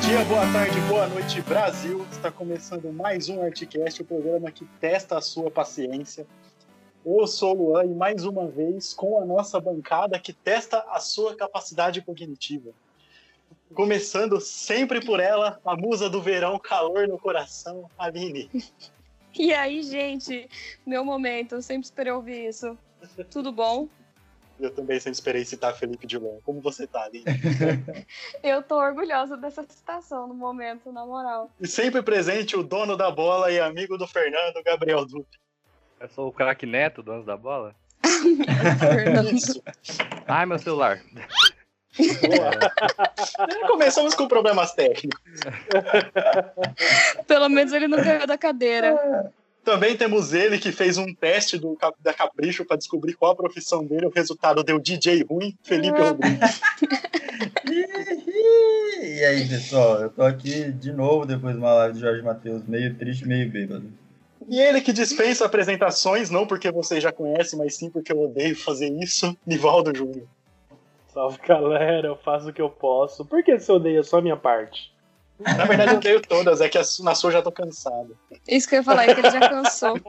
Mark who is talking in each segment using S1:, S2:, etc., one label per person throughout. S1: dia, boa tarde, boa noite, Brasil. Está começando mais um Artcast, o programa que testa a sua paciência. Eu sou o Luan e mais uma vez com a nossa bancada que testa a sua capacidade cognitiva. Começando sempre por ela, a musa do verão, calor no coração, Aline.
S2: E aí, gente, meu momento, eu sempre esperei ouvir isso. Tudo bom?
S1: Eu também sempre esperei citar Felipe Dilon. Como você tá, Aline?
S2: Eu tô orgulhosa dessa citação no momento, na moral.
S1: E sempre presente o dono da bola e amigo do Fernando, Gabriel Dutra.
S3: Eu sou É o craque neto do Anjo da Bola.
S1: É Isso.
S3: Ai, meu celular.
S1: Boa. Começamos com problemas técnicos.
S2: Pelo menos ele não caiu da cadeira.
S1: Também temos ele que fez um teste do, Cap- da Capricho para descobrir qual a profissão dele. O resultado deu DJ ruim, Felipe Rodrigues.
S4: E aí, pessoal, eu tô aqui de novo depois de uma live do Jorge Matheus, meio triste, meio bêbado.
S1: E ele que dispensa apresentações, não porque vocês já conhecem, mas sim porque eu odeio fazer isso, Nivaldo Júnior.
S5: Salve galera, eu faço o que eu posso. Por que você odeia só a minha parte?
S1: Na verdade, eu odeio todas, é que as- na sua eu já tô cansado.
S2: Isso que eu ia falar, é que ele já cansou.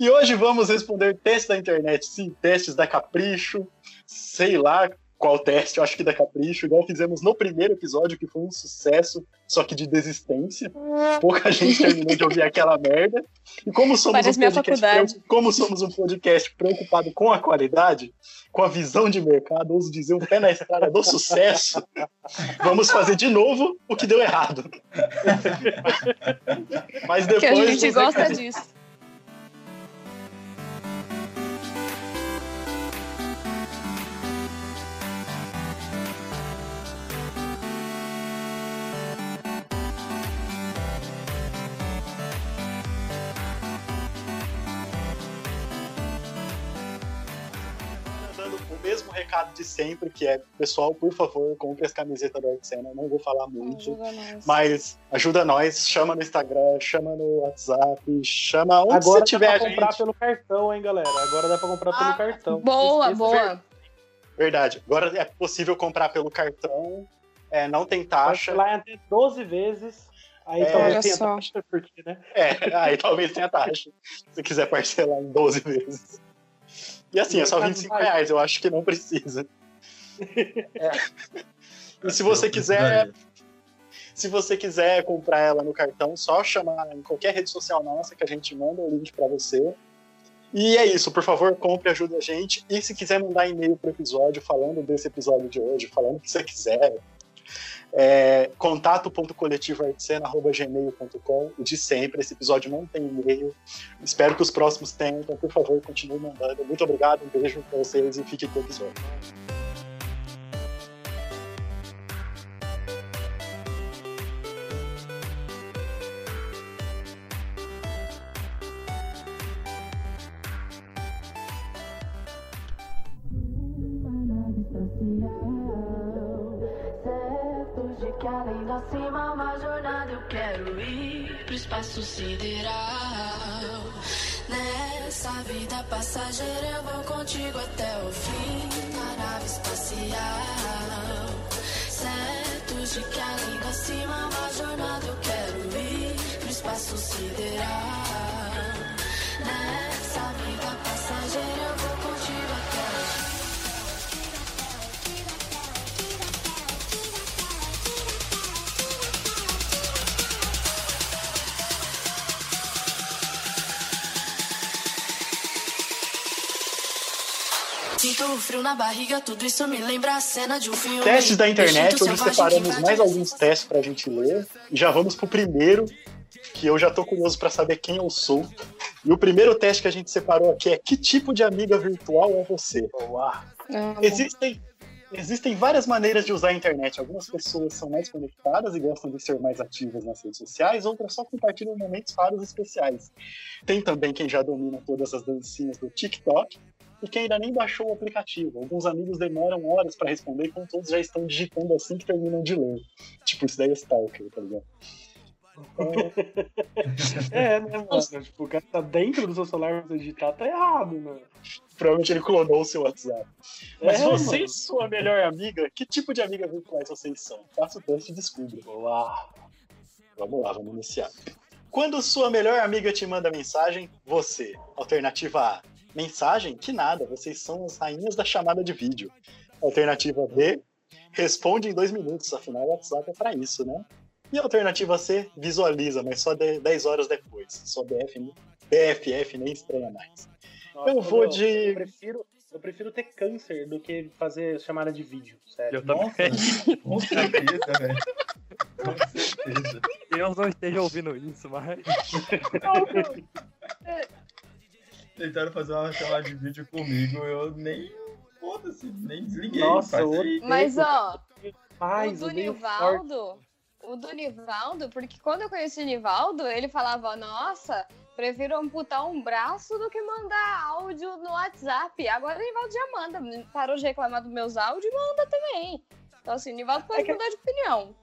S1: E hoje vamos responder testes da internet, sim, testes da Capricho, sei lá qual teste, eu acho que da Capricho, igual fizemos no primeiro episódio, que foi um sucesso, só que de desistência. Pouca gente terminou de ouvir aquela merda. E como somos, um
S2: Parece minha
S1: podcast,
S2: faculdade.
S1: preo- como somos um podcast preocupado com a qualidade, com a visão de mercado, ouso dizer, um pé na estrada do sucesso, vamos fazer de novo o que deu errado. Mas
S2: Porque a
S1: depois...
S2: gente
S1: os
S2: gosta disso.
S1: dando o mesmo recado de sempre, que é, pessoal, por favor, compre as camisetas do Artsena, não vou falar muito,
S2: Ajuda nós.
S1: mas ajuda nós, chama no Instagram, chama no WhatsApp, chama onde
S5: Agora
S1: você tiver
S5: dá
S1: a
S5: pra comprar
S1: gente.
S5: pelo cartão, hein, galera? Agora dá pra comprar
S1: Ah,
S5: pelo cartão.
S2: Boa,
S5: Esqueça-
S2: boa.
S1: Verdade, agora é possível comprar pelo cartão, é, não tem
S5: Pode
S1: taxa,
S5: lá é até 12 vezes. Aí
S1: É,
S2: olha
S5: talvez tenha
S2: só.
S5: taxa, porque, né?
S1: é, aí talvez tenha taxa, se quiser parcelar em 12 vezes. E assim, é só 25 reais, eu acho que não precisa. É. E se você quiser Se você quiser comprar ela no cartão, só chamar em qualquer rede social nossa que a gente manda o link pra você. E é isso, por favor, compre, ajude a gente. E se quiser mandar e-mail pro episódio falando desse episódio de hoje, falando o que você quiser, é contato.coletivoartesana.gmail.com o de sempre, esse episódio não tem e-mail. Espero que os próximos tenham, então, por favor, continue mandando. Muito obrigado, um beijo pra vocês e fiquem com o episódio.
S6: Certo de que além da cima uma jornada eu quero ir pro espaço sideral. Nessa vida passageira eu vou contigo até o fim na nave espacial. Certo de que além da cima uma jornada eu quero ir pro espaço sideral. Nessa vida passageira eu vou contigo até o fim. Sinto um frio na barriga, tudo isso me lembra a cena de um filme.
S1: Testes da internet,
S6: Instinto
S1: hoje
S6: selvagem que
S1: separamos
S6: invade
S1: mais
S6: a
S1: alguns
S6: sensação.
S1: testes pra gente ler. E já vamos pro primeiro, que eu já tô curioso pra saber quem eu sou. E o primeiro teste que a gente separou aqui é que tipo de amiga virtual é você?
S2: Amo.
S1: Existem, existem várias maneiras de usar a internet. Algumas pessoas são mais conectadas e gostam de ser mais ativas nas redes sociais, outras só compartilham momentos raros e especiais. Tem também quem já domina todas as dancinhas do TikTok e quem ainda nem baixou o aplicativo. Alguns amigos demoram horas para responder, então todos já estão digitando assim que terminam de ler. Tipo, isso daí é stalker, tá ligado?
S5: É, né, mano? Tipo, o cara tá dentro do seu celular pra você digitar, tá errado, mano.
S1: Provavelmente ele clonou o seu WhatsApp. Mas
S5: É,
S1: você
S5: mano.
S1: e sua melhor amiga, que tipo de amiga virtuais vocês são? Faça o teste e descubra. Boa. Vamos lá, vamos iniciar. Quando sua melhor amiga te manda mensagem, você. Alternativa A. Mensagem? Que nada, vocês são as rainhas da chamada de vídeo. Alternativa B. Responde em dois minutos, afinal o WhatsApp é pra isso, né? E a alternativa C, visualiza, mas só de- 10 horas depois. Só né? BF, nem- BFF nem estranha mais.
S5: Nossa,
S1: eu vou
S5: meu,
S1: de-
S5: Eu prefiro, eu prefiro ter câncer do que fazer chamada de vídeo, sério.
S3: Eu também.
S4: Nossa, com certeza, velho. Com certeza.
S3: Deus não esteja ouvindo isso, mas.
S4: Tentaram fazer uma chamada de vídeo comigo, eu nem. Foda-se, nem desliguei.
S5: Nossa,
S4: faz
S5: outro-
S4: aí.
S2: Mas, ó,
S5: Paz,
S2: o do
S5: odeio forte.
S2: Nivaldo, o do Nivaldo, porque quando eu conheci o Nivaldo, ele falava, nossa, prefiro amputar um braço do que mandar áudio no WhatsApp. Agora o Nivaldo já manda, parou de reclamar dos meus áudios e manda também. Então, assim, o Nivaldo pode
S5: É que-
S2: mudar de opinião.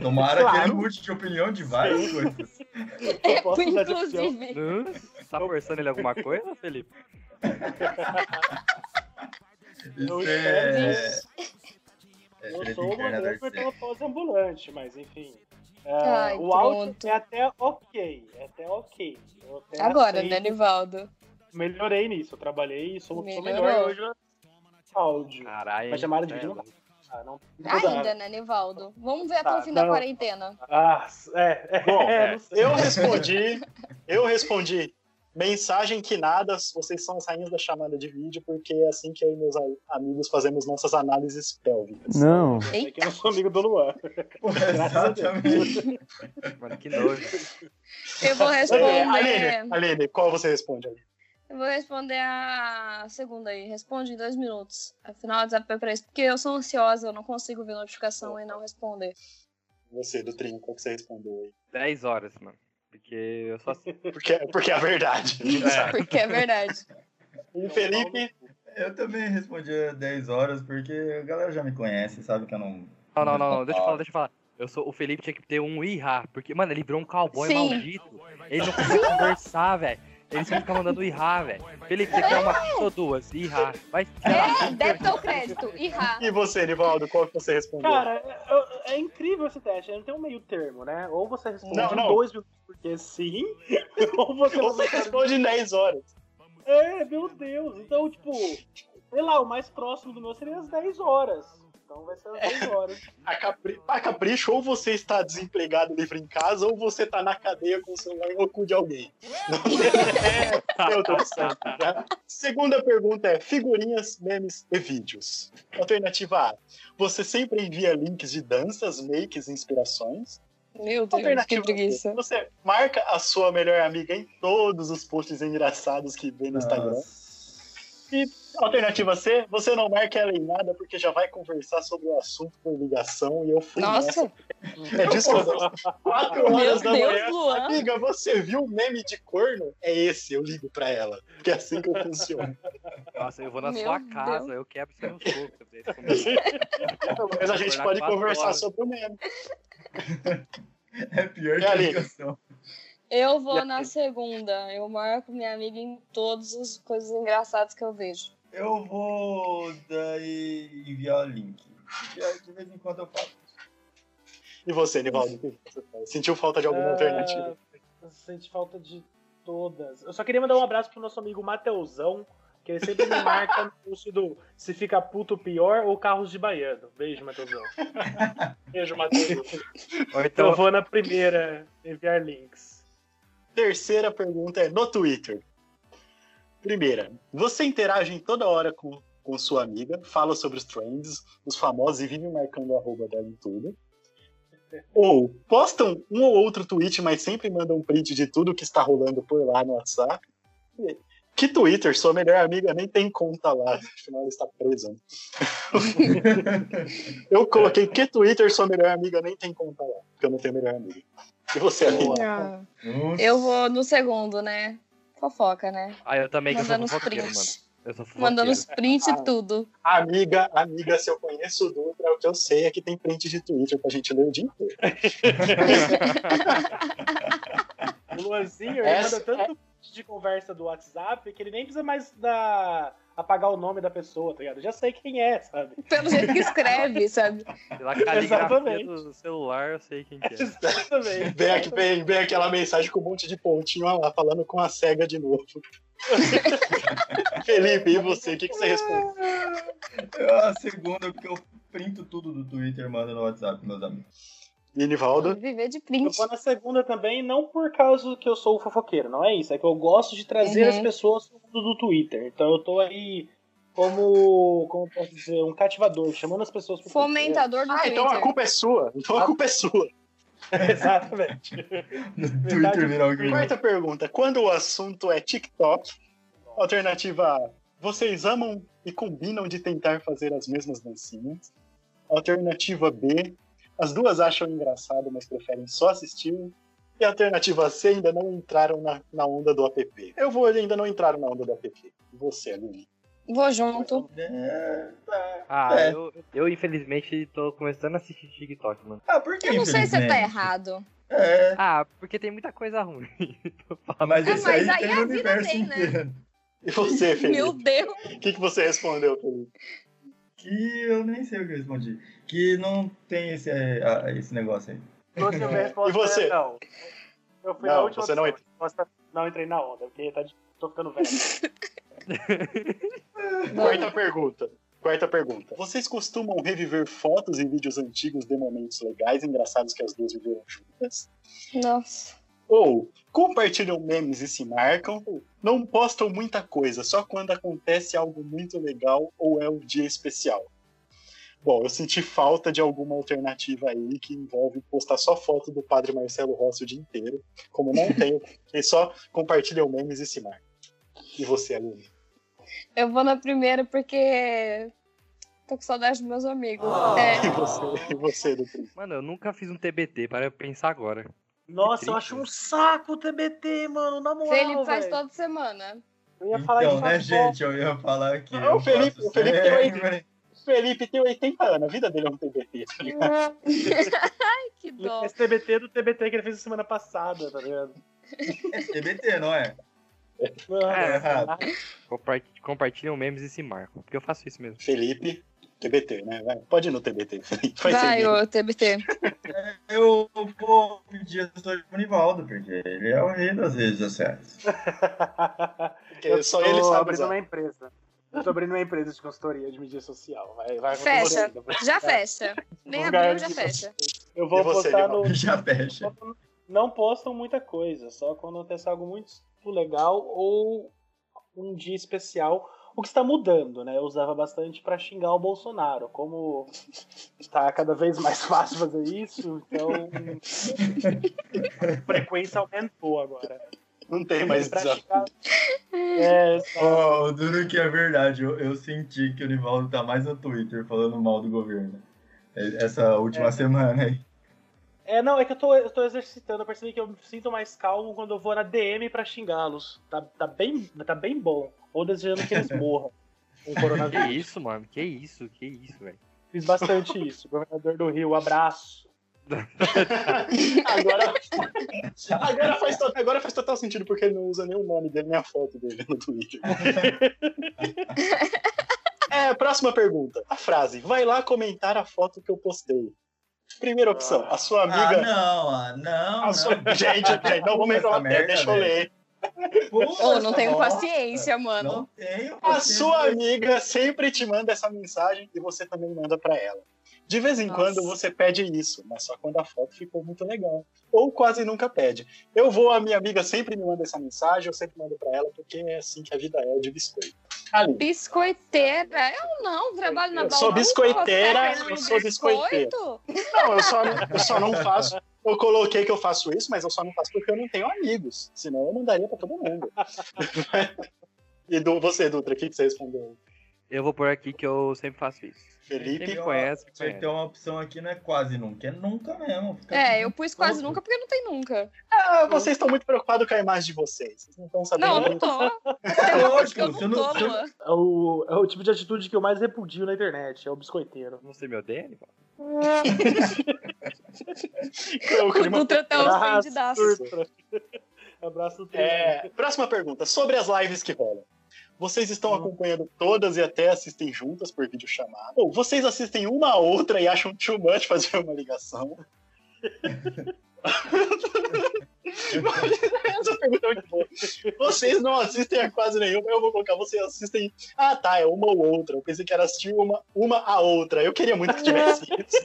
S4: Tomara que ele
S5: Claro.
S4: mude de opinião de várias coisas.
S2: é
S5: Eu posso assim, mudar de opinião.
S2: Inclusive,
S3: Hã? Tá forçando ele alguma coisa, Felipe?
S5: Eu
S4: Isso
S5: espero
S4: é.
S5: isso.
S4: é
S5: Eu
S4: filha de
S5: sou uma
S4: interna, deve
S5: grande
S4: ser.
S5: porta-voz ambulante, mas enfim. Ah,
S2: Ai,
S5: o áudio
S2: pronto.
S5: é até ok, é até ok. Eu até
S2: agora,
S5: aceito.
S2: né, Nivaldo?
S5: Melhorei nisso, eu trabalhei e sou uma pessoa melhor
S2: Melhorou.
S5: hoje. eu- Áudio.
S1: Ah,
S3: Caralho.
S5: Mas chamaram de
S3: hein? É
S5: vídeo não Ah, não.
S2: Ainda, né, Nivaldo? Vamos ver até o
S5: Tá,
S2: fim da
S5: não.
S2: quarentena.
S5: Ah, é, é,
S1: Bom,
S5: é, não sei.
S1: Eu respondi, eu respondi. Mensagem que nada, vocês são as rainhas da chamada de vídeo, porque é assim que eu e meus a- amigos fazemos nossas análises pélvicas.
S7: Não.
S5: É que eu não sou amigo do Luan.
S4: Pô, Exatamente.
S3: Mano, que nojo.
S2: Eu vou
S1: É,
S2: responder.
S1: Aline, Aline, qual você responde? Aline?
S2: Eu vou responder a segunda aí. Responde em dois minutos. Afinal, o WhatsApp é pra isso. Porque eu sou ansiosa, eu não consigo ver notificação e não responder.
S1: Você, do trinco, qual que você respondeu aí?
S3: 10 horas, mano. Porque eu só.
S1: Porque, porque é a verdade.
S3: É,
S2: Porque é verdade.
S1: O Felipe,
S4: Eu também respondi às 10 horas, porque a galera já me conhece, sabe que eu não.
S3: não, não, não, não, deixa eu falar, deixa eu falar. Eu sou, o Felipe tinha que ter um irá, porque, mano, ele virou um cowboy
S2: Sim.
S3: maldito. Ele não consegue conversar, velho. Ele sempre fica mandando irá, velho. Felipe, você quer uma pizza ou duas? Irá. Vai
S2: É, débito ou crédito? Irra.
S1: e você, Nivaldo, qual que você respondeu?
S5: Cara, é- é, é incrível esse teste, não tem um meio termo, né? Ou você responde
S1: Não,
S5: em
S1: não.
S5: dois minutos porque sim, ou você
S1: você responde em 10 horas.
S5: É, meu Deus. Então, tipo, sei lá, o mais próximo do meu seria as 10 horas. Então vai ser as
S1: É.
S5: 10 horas.
S1: A capri... a capricho, ou você está desempregado livre em casa, ou você está na cadeia com o celular no cu de alguém. Não tem- Meu Deus do céu, tá? Segunda pergunta é: figurinhas, memes e vídeos. Alternativa A: você sempre envia links de danças, makes e inspirações.
S2: Meu Deus, que
S1: Alternativa
S2: preguiça.
S1: B: você marca a sua melhor amiga em todos os posts engraçados que vê no Instagram. Alternativa C: você não marca ela em nada porque já vai conversar sobre o assunto por ligação e eu fui nessa.
S2: Nossa,
S1: É disso que eu gosto. Quatro
S2: meu
S1: horas da
S2: Deus,
S1: manhã.
S2: Luan.
S1: Amiga, você viu o meme de corno? É esse, eu ligo pra ela. Porque é assim que eu funciono.
S3: Nossa, eu vou na
S2: Meu
S3: sua
S2: Deus.
S3: casa, eu quebro você no soco. pra ver se comigo.
S1: Mas a gente
S3: Acordar
S1: pode
S3: quatro
S1: conversar
S3: horas.
S1: sobre o meme.
S4: É pior
S1: E
S4: que a
S1: ali?
S4: ligação.
S2: Eu vou na segunda. Eu marco minha amiga em todas as coisas engraçadas que eu vejo.
S4: Eu vou daí enviar o link. Porque De vez em quando eu faço.
S1: E você, Nivaldo? Sentiu falta de alguma
S5: Ah,
S1: alternativa?
S5: eu Sente falta de todas. Eu só queria mandar um abraço pro nosso amigo Mateusão, que ele sempre me marca no curso do Se Fica Puto Pior ou Carros de Baiano. Beijo, Mateusão. Beijo, Mateus.
S3: Ou
S5: Então eu
S3: então,
S5: vou na primeira, enviar links.
S1: Terceira pergunta é no Twitter. Primeira, você interage em toda hora com, com sua amiga, fala sobre os trends, os famosos e vive marcando o arroba dela em tudo. Ou postam um ou outro tweet, mas sempre mandam um print de tudo que está rolando por lá no WhatsApp. Que Twitter, sua melhor amiga nem tem conta lá, afinal ela está presa. eu coloquei que Twitter, sua melhor amiga nem tem conta lá, porque eu não tenho melhor amiga. E você, amiga?
S2: Ah.
S4: Nossa.
S2: Eu vou no segundo, né? Fofoca, né?
S3: ah, eu também que eu sou
S2: Mandando os
S3: fofoqueiro, mano.
S2: prints.
S3: Eu sou fofoqueiro.
S2: Mandando os prints e tudo.
S1: Amiga, amiga, se eu conheço o Dutra, o que eu sei é que tem print de Twitter pra gente ler o dia inteiro.
S5: O Luanzinho, ele
S1: Essa- é-
S5: manda tanto de conversa do WhatsApp que ele nem precisa mais da, apagar o nome da pessoa, tá ligado? Eu já sei quem é, sabe?
S2: Pelo jeito que escreve, sabe?
S3: Pela caligrafia
S5: Exatamente.
S3: do celular, eu sei quem que é.
S5: Exatamente.
S1: Vem, aqui- vem, vem aquela mensagem com um monte de pontinho olha lá, falando com a cega de novo. Felipe, e você? O que, que você responde?
S4: É a segunda, porque eu printo tudo do Twitter e mando no WhatsApp, meus amigos.
S1: Inivaldo?
S2: Viver de
S5: Eu
S2: print.
S5: vou na segunda também, não por causa que eu sou fofoqueiro, não é isso. É que eu gosto de trazer
S2: Uhum.
S5: as pessoas pro mundo do Twitter. Então eu tô aí como, como posso dizer, um cativador, chamando as pessoas pro
S2: Fomentador do
S1: Ah,
S2: Twitter.
S1: então a culpa é sua. Então a culpa é sua.
S5: Twitter. Exatamente.
S4: No
S5: Verdade,
S4: Twitter virar alguém.
S1: Quarta pergunta. Quando o assunto é TikTok, alternativa A, vocês amam e combinam de tentar fazer as mesmas dancinhas? Alternativa B, as duas acham engraçado, mas preferem só assistir. E alternativa C, ainda não entraram na, na onda do app. Eu vou, ainda não entraram na onda do app. Você, Aline.
S2: Vou junto.
S4: É, tá.
S3: Ah,
S4: É.
S3: eu, eu infelizmente tô começando a assistir TikTok, mano.
S4: Ah, por que
S1: é
S2: Eu não sei se você tá
S4: infelizmente?
S2: errado.
S4: É,
S3: Ah, porque tem muita coisa ruim.
S4: Ah, mas
S2: É,
S4: isso
S2: mas
S4: aí,
S2: aí
S4: tem
S2: a
S4: no
S2: vida
S4: universo
S2: tem, né?
S4: inteiro.
S1: E você,
S2: Meu
S1: Felipe?
S2: Deus.
S1: O que, que você respondeu, Felipe?
S4: Que eu nem sei o que eu respondi. Que não tem esse, ah, esse negócio aí.
S1: E você?
S5: Não. Eu fui
S1: Não,
S5: na última
S1: você não
S5: opção.
S1: entra.
S5: Resposta, não entrei na onda, porque tá, de- tô ficando velho.
S1: Quarta pergunta. Quarta pergunta. Vocês costumam reviver fotos e vídeos antigos de momentos legais e engraçados que as duas viveram juntas?
S2: Nossa.
S1: Ou compartilham memes e se marcam? Não postam muita coisa, só quando acontece algo muito legal ou é um dia especial? Bom, eu senti falta de alguma alternativa aí que envolve postar só foto do padre Marcelo Rossi o dia inteiro. Como não tenho, eles só compartilham memes e se marcam. E você, Aline?
S2: Eu vou na primeira porque tô com saudade dos meus amigos. É,
S1: E você, e você do Cris?
S3: Mano, eu nunca fiz um TBT, para eu pensar agora.
S5: Nossa,
S3: triste.
S5: eu acho um saco o TBT, mano, na moral,
S2: Felipe faz
S5: velho.
S2: toda semana.
S5: Eu ia falar
S4: Então,
S5: de
S4: né,
S5: futebol.
S4: gente? Eu ia falar que.
S1: Ah,
S4: eu
S1: o Felipe-
S4: faço
S1: o Felipe tem
S4: sempre-
S1: Felipe tem 80 anos, a vida dele é um TBT. tá ligado?
S2: Ai, que dó.
S5: Esse TBT do TBT que ele fez semana passada, tá ligado?
S4: É TBT, não é?
S5: Mano,
S4: É, errado.
S3: Compart- compartilham memes e se marcam. Porque eu faço isso mesmo.
S1: Felipe, TBT, né? Vai, Pode ir no TBT, Felipe. Vai,
S2: Vai,
S1: ser
S2: ô TBT.
S4: Eu vou pedir a sua de Nivaldo, porque ele é o rei das redes sociais.
S1: bem, porque só ele
S5: tô
S1: sabe
S5: abrindo
S1: usar.
S5: uma empresa. Eu tô abrindo uma empresa de consultoria de mídia social. Vai, vai
S2: Fecha.
S5: acontecer. Vou-
S2: Já fecha. Nem
S5: lugar
S2: abriu, já
S5: de-
S2: fecha.
S5: Eu vou
S1: E você,
S5: postar no.
S4: Já fecha.
S5: Não postam muita coisa, só quando acontece algo muito legal ou um dia especial. O que está mudando, né? Eu usava bastante pra xingar o Bolsonaro. Como está cada vez mais fácil fazer isso, então. a frequência aumentou agora.
S1: Não tem mais
S5: Pra
S1: desafio.
S5: xingar- É,
S4: Ó, o duro que é verdade, eu, eu senti que o Nivaldo tá mais no Twitter falando mal do governo. É- Essa última
S5: É.
S4: semana aí.
S5: É, não, é que eu tô, eu tô exercitando, eu percebi que eu me sinto mais calmo quando eu vou na DM pra xingá-los. Tá, tá, bem, tá bem bom. Ou desejando que eles morram com o
S3: Que
S5: coronavírus.
S3: isso, mano? Que isso? Que isso, velho?
S5: Fiz bastante isso. Governador do Rio, abraço.
S1: Agora, agora, faz, to- agora faz total sentido, porque ele não usa nem o nome dele, nem a foto dele no Twitter. É, próxima pergunta. A frase, vai lá comentar a foto que eu postei. Primeira opção, a sua
S4: Ah,
S1: amiga...
S4: não, ah, não.
S1: a sua-
S4: não.
S1: Gente, gente, não vamos entrar
S4: Essa
S1: no tema,
S4: merda,
S1: deixa eu
S4: velho.
S1: ler.
S4: Puta,
S2: Ô, não tenho
S4: nossa,
S2: paciência, mano.
S4: Não tenho
S1: A
S4: paciência.
S1: sua amiga sempre te manda essa mensagem e você também manda pra ela. De vez em
S2: Nossa.
S1: quando você pede isso, mas só quando a foto ficou muito legal. Ou quase nunca pede. Eu vou, a minha amiga sempre me manda essa mensagem, eu sempre mando pra ela, porque é assim que a vida é de biscoito. Ali,
S2: Biscoiteira? Eu não, trabalho na
S1: Eu
S2: balada.
S1: sou biscoiteira,
S2: Você faz
S1: eu sou biscoiteira.
S2: biscoito?
S1: não, eu só, eu só não faço. Eu coloquei que eu faço isso, mas eu só não faço porque eu não tenho amigos. Senão eu mandaria pra todo mundo. e do, você, Dutra, o que, que você respondeu?
S3: Eu vou por aqui que eu sempre faço isso.
S1: Felipe?
S3: Quem me conhece, me
S4: Você
S3: conhece.
S4: tem uma opção aqui, não é quase nunca, é nunca mesmo. Fica
S2: É,
S4: tudo-
S2: eu pus quase nunca porque não tem nunca.
S1: Ah, vocês estão muito preocupados com a imagem de vocês. Vocês não estão sabendo.
S2: Não,
S1: muito.
S2: não tô.
S4: É lógico,
S2: Eu
S4: você
S2: não
S4: não.
S2: tô,
S4: Você não
S2: mano.
S5: É o, é o tipo de atitude que eu mais repudio na internet, é o biscoiteiro.
S3: Você me odeia, Nivaldo?
S1: Eu
S2: O
S1: queria uma-
S2: Dutra tá
S5: Abraço,
S2: ofendidaço.
S5: Dutra. Abraço do
S1: É, próxima pergunta, sobre as lives que rolam. Vocês estão acompanhando todas e até assistem juntas por videochamada? Ou vocês assistem uma a outra e acham too much fazer uma ligação? Essa pergunta é muito boa. Vocês não assistem a quase nenhuma, eu vou colocar, vocês assistem. Ah, tá, é uma ou outra. Eu pensei que era assistir uma, uma a outra. Eu queria muito que tivesse isso.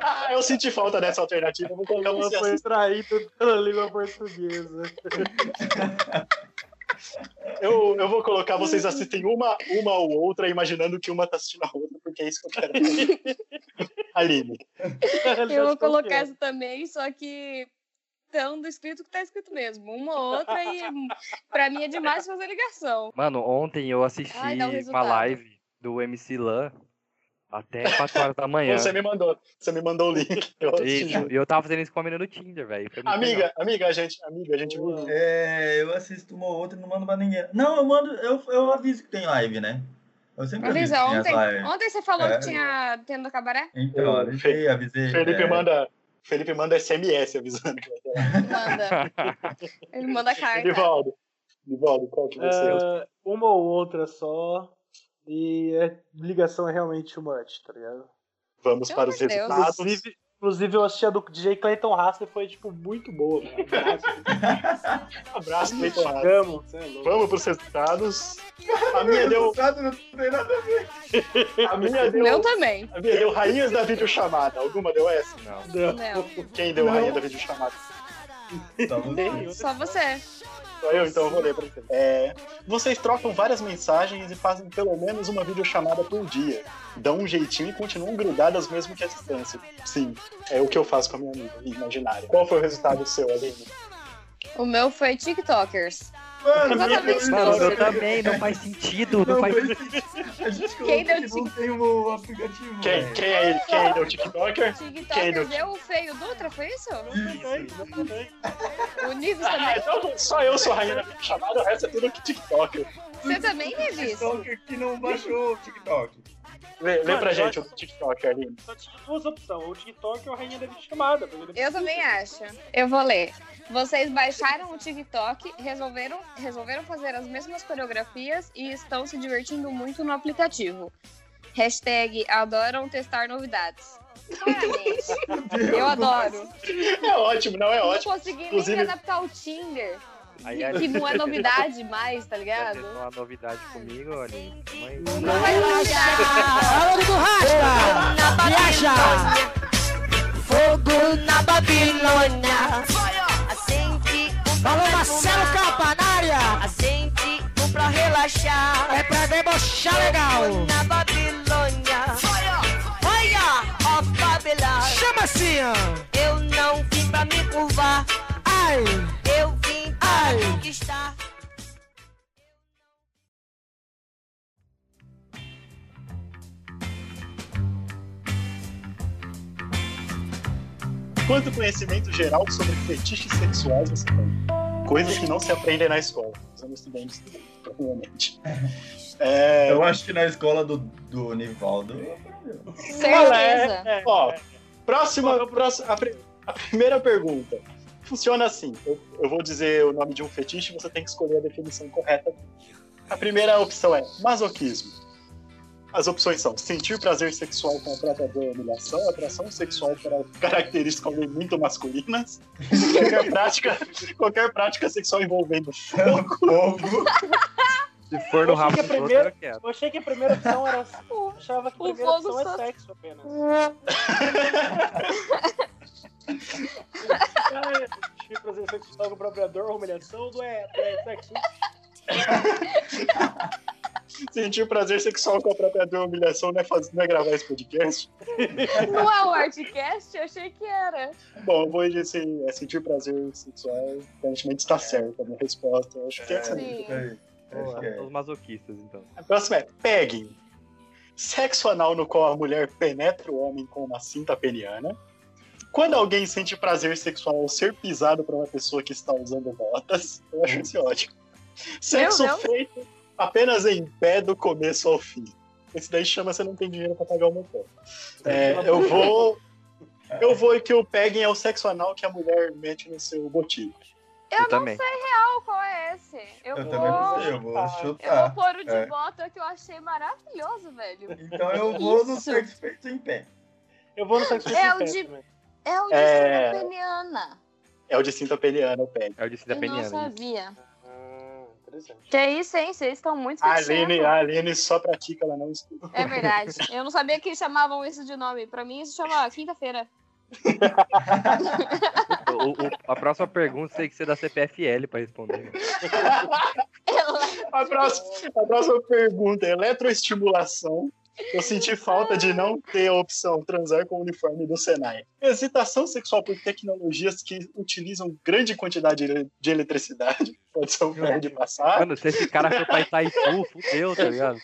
S1: ah, eu senti falta dessa alternativa. Eu vou colocar
S5: Ela
S1: vocês
S5: foi traída pela língua portuguesa.
S1: Eu, eu vou colocar, vocês assistem uma, uma ou outra, imaginando que uma tá assistindo a outra, porque é isso que eu quero. Aline.
S2: Eu vou colocar
S5: né?
S2: essa também, só que tão do escrito que tá escrito mesmo. Uma ou outra e pra mim é demais fazer ligação.
S3: Mano, ontem eu assisti
S2: Ai, dá um
S3: uma
S2: resultado.
S3: live do MC Lan até 4 horas da manhã.
S1: Você me mandou. Você me mandou o link. Eu assisti
S3: Isso,
S1: junto.
S3: E tipo, eu tava fazendo isso com a menina do Tinder, velho. Foi muito legal.
S1: Amiga, amiga, a gente, amiga, a gente viu.
S4: É, eu assisto uma ou outra e não mando pra ninguém. Não, eu mando, eu, eu aviso que tem live, né? Eu sempre aviso
S2: Avisa,
S4: que tem
S2: ontem,
S4: as lives.
S2: ontem você falou
S4: É.
S2: que tinha tendo cabaré?
S4: Então, eu avisei, avisei.
S1: Felipe
S4: é,
S1: manda. Felipe manda SMS avisando.
S2: Manda. Ele manda carta.
S1: Nivaldo. Nivaldo, qual que vai ser?
S5: Ah, uma ou outra só. E é- ligação é realmente too much, tá ligado?
S1: Vamos para os
S2: Pelo amor de Deus.
S1: resultados.
S5: Inclusive, inclusive eu assisti a do DJ Clayton Rasta e foi, tipo, muito boa, velho.
S1: Um abraço, Cleiton Rato.
S5: Amo, você é louco.
S1: Vamos para os resultados. A minha deu.
S4: Resultado não tem nada a ver.
S1: A minha deu.
S2: Meu também.
S1: A minha deu rainhas da videochamada. Alguma deu essa?
S3: Não.
S2: Não.
S1: Quem deu
S4: Não.
S1: rainha da videochamada?
S4: Tá bom.
S2: Só você.
S1: Só eu, então eu vou ler pra vocês. É, vocês trocam várias mensagens e fazem pelo menos uma videochamada por dia. Dão um jeitinho e continuam grudadas mesmo que a distância. Sim, é o que eu faço com a minha amiga imaginária. Qual foi o resultado seu, Aline?
S2: O meu foi TikTokers.
S4: Mano,
S2: Exatamente
S4: meu Deus,
S3: Mano, eu
S4: cara.
S3: também, não faz sentido. Não,
S4: Não,
S3: faz
S4: mas a gente
S2: Quem
S4: colocou que
S2: deu
S4: não tem o aplicativo. né?
S1: Quem,
S4: velho.
S1: quem é ele? Quem deu o TikToker? Quem deu?
S2: TikTokers eu, o feio Dutra, foi isso?
S4: Isso.
S2: O Nives
S1: Ah,
S2: também.
S1: então só eu sou rainha da videochamada, o resto é tudo TikToker.
S2: Você também, Nives?
S4: TikToker que não baixou o TikTok.
S1: Lê, lê
S5: Mano,
S1: pra
S5: eu
S1: gente
S5: acho-
S1: o TikToker, Aline.
S5: Só tinha duas opções, ou o TikTok ou a Rainha da Videochamada. porque-
S2: Eu também acho. Eu vou ler. Vocês baixaram o TikTok, resolveram, resolveram fazer as mesmas coreografias e estão se divertindo muito no aplicativo. Hashtag adoram testar novidades. Claramente. Eu adoro.
S1: É ótimo, não é
S2: Não
S1: ótimo.
S2: consegui nem
S1: Inclusive-
S2: adaptar o Tinder,
S3: Aí,
S2: que-
S3: ali-
S2: que não é novidade mais, tá
S3: Quer
S2: ligado?
S3: dizer, Não há novidade comigo, olha.
S2: Não é vai
S7: é
S2: novidade.
S7: Hora do racha! Viaja! Fogo na Babilônia! Alô, Marcelo Capa, na área!
S8: Sente um pra relaxar
S7: É pra debochar legal!
S8: na Babilônia. Olha, ó Babilônia.
S7: Chama assim, ó!
S8: Eu não vim pra me curvar,
S7: Ai!
S8: eu vim
S7: Ai.
S8: pra conquistar.
S1: Quanto conhecimento geral sobre fetiches sexuais você tem? Coisas que não se aprendem na escola. São estudantes, provavelmente. É,
S4: Eu acho que na escola do, do Nivaldo.
S2: Certeza.
S5: É, é,
S1: Ó, próxima, próxima- a, pri- a primeira pergunta. Funciona assim. Eu, eu vou dizer o nome de um fetiche, você tem que escolher a definição correta. A primeira opção é masoquismo. As opções são sentir prazer sexual com a própria dor e humilhação, atração sexual para características muito masculinas, qualquer prática, qualquer prática sexual envolvendo
S4: Fogo.
S3: Se for no
S5: Eu achei
S3: rabo
S5: que
S3: do
S5: a
S3: outro,
S5: primeira-
S3: eu quero.
S5: Eu achei que a primeira opção era. Eu achava que a
S2: O
S5: primeira
S2: fogo
S5: opção é
S2: só-
S5: sexo apenas. É, tipo, prazer sexual com o próprio dor, humilhação, não é, é sexo.
S1: sentir prazer sexual com a própria dor e humilhação, não é, faz- não é gravar esse podcast?
S2: Não é o Artcast? Eu achei que era.
S1: Bom, eu vou dizer assim, é sentir prazer sexual, aparentemente está certa a minha resposta. Eu acho que é essa.
S2: Sim.
S4: Aí, acho que
S3: Boa,
S4: é.
S3: Os né? masoquistas, então.
S1: A próxima é pegging. Sexo anal no qual a mulher penetra o homem com uma cinta peniana. Quando alguém sente prazer sexual ao ser pisado por uma pessoa que está usando botas, eu acho isso ótimo. Sexo
S2: Deus.
S1: feito apenas em pé do começo ao fim. Esse daí chama você não tem dinheiro para pagar o motel. É, eu vou. Eu vou que o peguem é o sexo anal que a mulher mete no seu botinho.
S2: Eu, não
S3: também.
S2: sei real qual é esse. Eu,
S4: Eu
S2: vou.
S4: também não sei, eu vou
S2: Eu vou
S4: chutar.
S2: pôr o de
S4: é.
S2: bota que eu achei maravilhoso, velho.
S4: Então eu vou no
S2: Isso.
S4: sexo feito em pé.
S5: Eu vou no sexo
S2: É, o
S5: feito em pé
S2: de-
S5: também.
S2: É o de
S1: É.
S2: é... peniana.
S1: É o de cinta peniana, o pegue.
S3: É o de Cida
S2: Eu não
S3: Peniana.
S2: sabia.
S5: Ah, interessante.
S2: Que é isso, hein? Vocês estão muito
S1: A
S2: fechando.
S1: Aline, a Aline só pratica, ela não estuda.
S2: É verdade. Eu não sabia que chamavam isso de nome. Pra mim, isso chama quinta-feira.
S3: O- o- a próxima pergunta tem que ser da CPFL pra responder. né?
S2: Ela-
S1: A próxima, a próxima pergunta é eletroestimulação. Eu senti falta de não ter a opção transar com o uniforme do Senai. Excitação sexual por tecnologias que utilizam grande quantidade de ele- de eletricidade. Pode ser um ferro de passar.
S3: Mano, se esse cara for pra Itaipu, fudeu, tá ligado?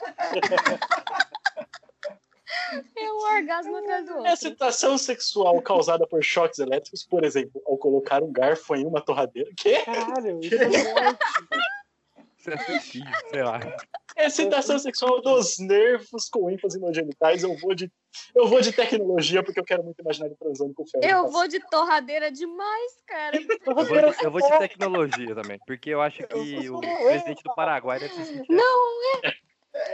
S2: É um orgasmo atrás do outro.
S1: Excitação sexual causada por choques elétricos, por exemplo, ao colocar um garfo em uma torradeira. Que?
S5: Caralho, isso é muito.
S3: Isso é sushi, sei lá.
S1: Excitação sexual dos nervos com ênfase nos genitais. Eu vou de, eu vou de tecnologia porque eu quero muito imaginar ele transando com ferro. de
S2: Eu
S1: passar.
S2: vou de torradeira demais, cara.
S3: Eu vou, de, eu vou de tecnologia também, porque eu acho que o presidente do Paraguai deve se sentir.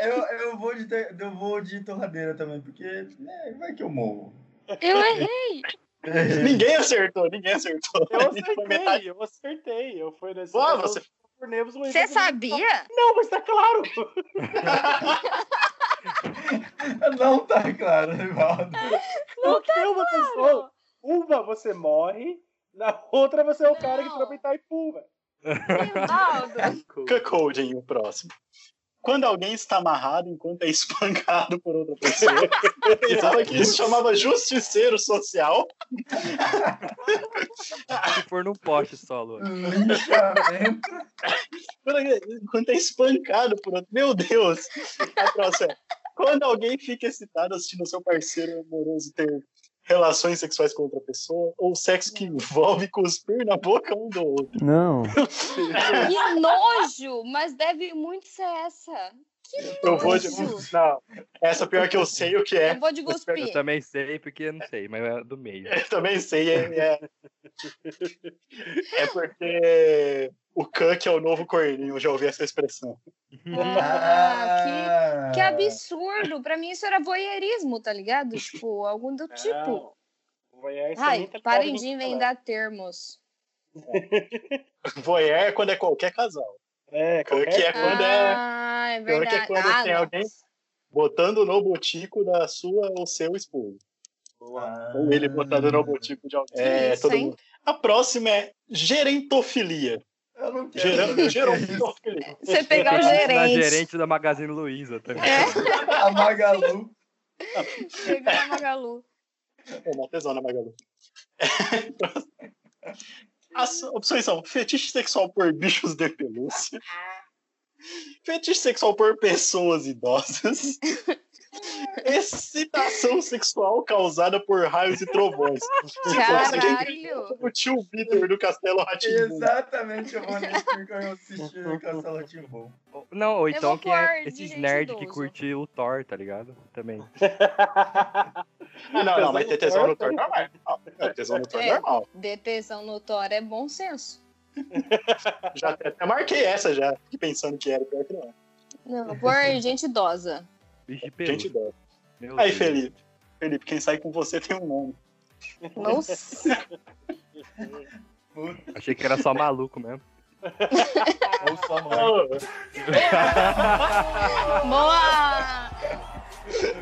S4: Eu, eu, vou, de, te- eu vou de torradeira também, porque né, vai que eu morro.
S2: Eu errei.
S1: Ninguém acertou, ninguém acertou.
S5: Eu
S1: A gente foi metade.
S5: acertei, eu acertei. Eu fui nesse.
S1: Boa, você-
S5: por nervos ruins.
S2: Você sabia?
S5: Não, mas tá claro.
S4: Não tá claro, Nivaldo.
S5: Não
S2: tá
S5: tem uma pessoa. Uma você morre, na outra você é o cara que
S2: Não.
S5: troca em Itaipu, velho.
S2: Rivaldo.
S1: Cuckolding, o próximo. Quando alguém está amarrado enquanto é espancado por outra pessoa, eu pensava que isso chamava justiceiro social.
S3: Se for num poste só, Lu.
S4: Linchamento.
S1: Enquanto é espancado por outra. Meu Deus! A próxima é, Quando alguém fica excitado assistindo seu parceiro amoroso ter relações sexuais com outra pessoa, ou sexo que envolve cuspir na boca um do outro.
S7: Não.
S2: Que nojo, mas deve muito ser essa.
S1: Eu vou de.
S2: Nojo.
S1: Não, essa pior que eu sei o que é.
S2: Eu vou de
S3: Eu
S2: cuspir.
S3: também sei, porque eu não sei, mas é do meio.
S1: Eu também sei, é. É, é porque o Kunk é o novo corninho, eu já ouvi essa expressão.
S2: Ah, que, que
S4: Ah.
S2: absurdo. Pra mim isso era voyeurismo, tá ligado? Tipo, algum do tipo.
S5: Não, vai, essa
S1: é
S2: Ai,
S5: mentalidade é
S2: parem de
S5: do cara.
S2: inventar termos.
S1: Voyeur é quando é qualquer casal.
S5: É,
S1: Kunk é
S5: qualquer...
S1: quando é
S2: ah, é
S1: pior que
S2: Ah, verdade.
S1: é quando
S2: ah,
S1: tem
S2: não.
S1: alguém- botando no botico da sua ou seu esposo.
S4: Ah.
S1: Ou ele botando no botico de alguém. É,
S2: Isso,
S1: todo
S2: hein?
S1: mundo. A próxima é gerentofilia.
S4: Eu não quero.
S1: Gerando, gerontofilia.
S2: Você pegar o
S3: Na
S2: gerente. É?
S3: gerente da Magazine Luiza também.
S4: A Magalu.
S2: Pegar a Magalu.
S1: É uma tesona, Magalu. As opções são fetiche sexual por bichos de pelúcia, fetiche sexual por pessoas idosas, excitação sexual causada por raios e trovões. Tipo, Se fosse aquele
S2: Caralho.
S1: o tio Vitor do Castelo Ratinho.
S4: Exatamente, eu vou nesse porque eu assisti o Castelo Timbom.
S3: Não, ou então
S2: vou
S3: quem é
S2: pôr de
S3: esses
S2: gente
S3: nerd que
S2: idoso.
S3: curte o Thor, tá ligado? Também.
S1: Ah, não, não, mas ter tesão no Thor é normal. Não, tesão no Thor é
S2: É.
S1: normal.
S2: Detenção no Thor é bom senso.
S1: Já até até marquei essa já, fiquei pensando que era pior que não. é.
S2: Não, por gente idosa.
S3: Bicho de
S1: Gente
S3: pelúcia.
S1: idosa.
S3: Meu
S1: Aí,
S3: Deus.
S1: Felipe. Felipe, quem sai com você tem um nome.
S2: Nossa.
S4: Puta,
S3: Achei que era só maluco mesmo.
S4: ou só morre.
S2: Boa!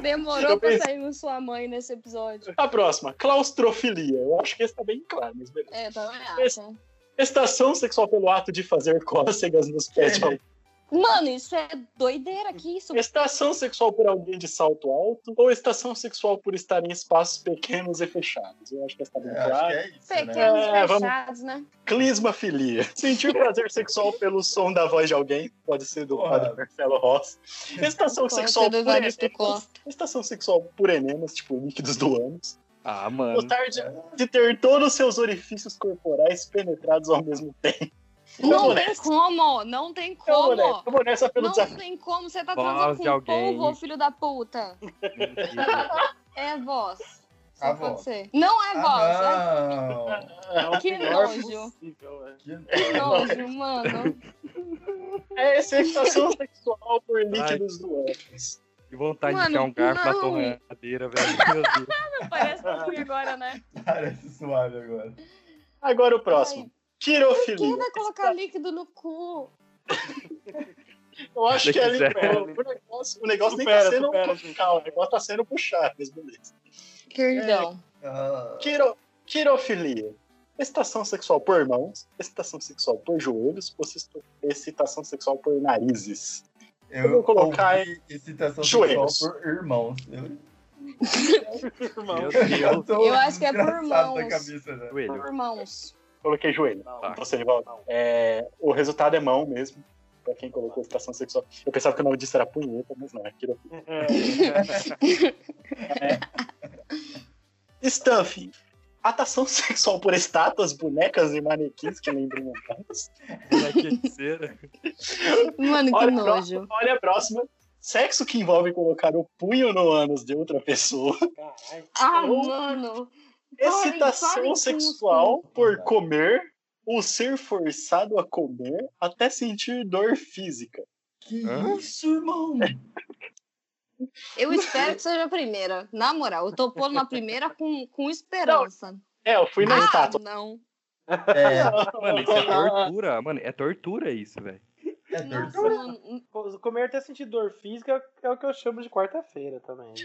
S2: Demorou
S1: Eu pensei-
S2: pra sair com sua mãe nesse episódio.
S1: A próxima, claustrofilia. Eu acho que esse tá bem claro, mas beleza.
S2: É, também acho.
S1: Estação sexual pelo ato de fazer cócegas nos pés de alguém.
S2: Mano, isso é doideira que isso.
S1: Estação sexual por alguém de salto alto ou estação sexual por estar em espaços pequenos e fechados. Eu acho que essa tá bem
S4: Eu Acho que
S1: clara.
S4: é isso, né?
S2: Pequenos
S1: É, vamos-
S2: um fechados, né?
S1: Clismafilia. Sentir prazer sexual pelo som da voz de alguém. Pode ser do
S4: Porra.
S1: padre Marcelo Ross. Estação
S2: Pode
S1: sexual
S2: ser do
S1: por
S2: Evaristo
S1: enemas.
S2: Costa.
S1: Estação sexual por enemas, tipo líquidos do ânus.
S3: Ah,
S4: É.
S3: mano.
S1: Gostar de, de ter todos os seus orifícios corporais penetrados ao mesmo tempo. Eu vou
S2: Não tem
S1: nessa.
S2: como, não tem
S1: Eu vou nessa-
S2: como.
S1: eu vou né? nessa pelo
S2: Não
S1: desafio.
S2: tem como, você tá
S3: Voz
S2: transando
S3: de
S2: com um
S3: alguém.
S2: polvo, filho da puta.
S3: Mentira.
S2: É voz. Só
S4: A
S2: pode
S4: voz.
S2: ser. Não é voz, né?
S4: Ah, não.
S5: É o
S2: Que
S5: pior
S2: nojo.
S5: possível, né?
S4: Que
S2: é que nojo, mano.
S1: É excitação sexual por líquidos
S3: líquidos
S1: do ânus.
S3: Que vontade
S2: Mano,
S3: de pegar um garfo
S2: não.
S3: na torradeira, velho. Meu Deus.
S2: Parece que agora, né?
S4: Parece suave agora.
S1: Agora o próximo.
S2: Quem
S1: Tirofilia.
S2: vai colocar líquido no cu?
S1: Eu acho que é ali,
S3: Quiser.
S1: cara. o negócio, o negócio nem tá
S5: Supera,
S1: sendo
S5: supera,
S1: puxado, o negócio tá sendo puxado, mas beleza.
S2: Perdão.
S4: Ah,
S1: Quiro, quirofilia. Excitação sexual por mãos, excitação sexual por joelhos ou exci- excitação sexual por narizes?
S4: Ah, eu
S1: vou colocar
S4: ouvi excitação sexual
S1: joelhos.
S4: por irmãos. Eu,
S3: Meu
S5: Irmão.
S3: Deus.
S4: tô
S2: Eu acho que é por irmãos.
S4: engraçado Da cabeça, né?
S3: Joelho.
S2: Por mãos.
S1: Coloquei joelho.
S5: Não,
S3: Tá.
S1: Você, Nivaldo?
S5: não.
S1: É, o resultado é mão mesmo, pra quem colocou excitação sexual. Eu pensava que o nome disso era punheta, mas não, é quirofilia. É. Stuffing. Atação sexual por estátuas, bonecas e manequins que lembram humanos.
S3: Moleque de cera.
S2: Mano, que
S1: Olha,
S2: nojo.
S1: Olha a próxima. Sexo que envolve colocar o punho no ânus de outra pessoa.
S5: Caralho.
S2: Ah, mano.
S1: Excitação
S2: com
S1: sexual por comer ou ser forçado a comer até sentir dor física.
S4: Que
S3: Hã?
S4: isso, irmão?
S2: Eu espero que seja a primeira. Na moral, eu tô pondo na primeira com, com esperança.
S1: É, eu fui na
S4: Tá,
S2: ah,
S1: estátua.
S2: não.
S4: É,
S3: Mano, isso é tortura. Mano, é tortura isso, velho.
S4: é
S2: Nossa,
S4: tortura.
S2: mano.
S5: Co- Comer até sentir dor física é o que eu chamo de quarta-feira também.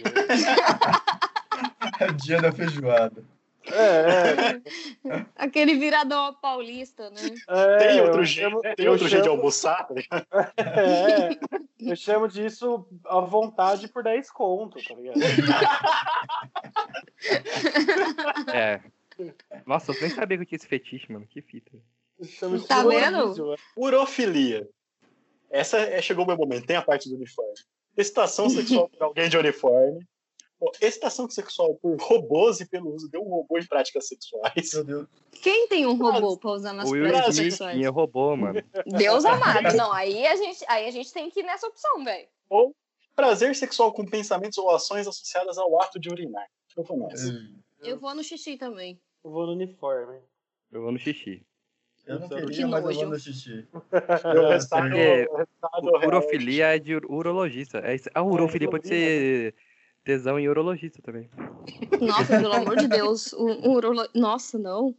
S4: É o dia da feijoada.
S1: É,
S2: Aquele viradão paulista, né?
S5: É,
S1: Tem
S5: eu
S1: outro
S5: chamo-
S1: jeito, tem
S5: eu
S1: outro jeito de
S5: chamo-
S1: almoçar? tá ligado?
S5: É, eu chamo disso à vontade por 10 conto, tá ligado?
S3: É. Nossa, eu nem sabia que eu tinha esse fetiche, mano. Que fita.
S5: Eu chamo disso
S2: Tá
S5: de
S2: vendo?
S5: rodízio, é.
S1: Urofilia. Essa é- chegou o meu momento, tem a parte do uniforme. Excitação sexual por alguém de uniforme. Ó, Excitação sexual por robôs e pelo uso de um robô em práticas sexuais.
S4: Meu Deus.
S2: Quem tem um robô pra usar nas
S3: O Will
S2: práticas
S3: Smith
S2: sexuais?
S3: tinha um robô, mano.
S2: Deus amado. Não, aí a gente, aí a gente tem que ir nessa opção, velho.
S1: Prazer sexual com pensamentos ou ações associadas ao ato de urinar. Eu vou nessa.
S2: Eu vou no xixi também.
S5: Eu vou no uniforme.
S3: Eu vou no xixi.
S4: Eu não
S2: Que
S4: queria, mas eu
S2: nojo.
S4: vou no xixi. É,
S1: Eu restava-
S3: Porque
S1: eu restava- eu
S3: urofilia é de ur- urologista. É isso. Ah, urofilia pode ser tesão em urologista também.
S2: Nossa, pelo amor de Deus. O, o urolo- Nossa, não.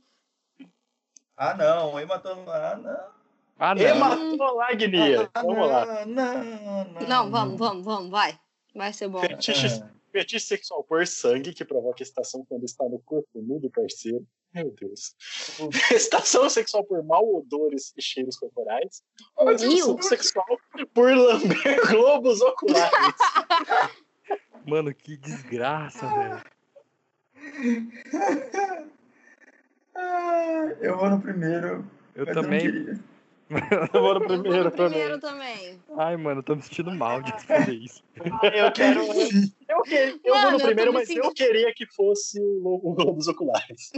S4: Ah, não. Hematoma. Ah, não.
S3: Ah, não.
S1: Hematolagnia.
S4: Ah,
S1: Vamos lá.
S4: Não, não, não.
S2: Não, vamos, vamos, vamos, vai. Vai ser bom.
S1: Fetiche,
S4: Ah,
S1: fetiche sexual por sangue, que provoca excitação quando está no corpo nu do parceiro. Meu Deus.
S2: Uhum.
S1: Excitação sexual por mau odores e cheiros corporais. Ou
S2: Meu
S1: excitação
S2: Deus.
S1: sexual por lamber globos oculares.
S3: Mano, que desgraça, velho.
S4: ah, eu vou no primeiro.
S3: Eu
S4: mas
S3: também.
S4: Eu não queria.
S5: Eu vou no
S2: Eu vou no
S5: primeiro também.
S2: primeiro também.
S3: Ai, mano, eu tô me sentindo mal de fazer isso.
S1: Eu quero. Eu, que- eu vou
S2: Mano, eu
S1: no
S2: tô
S1: primeiro,
S2: me
S1: mas eu
S2: sentindo-
S1: queria que fosse o, lo- o Globos Oculares.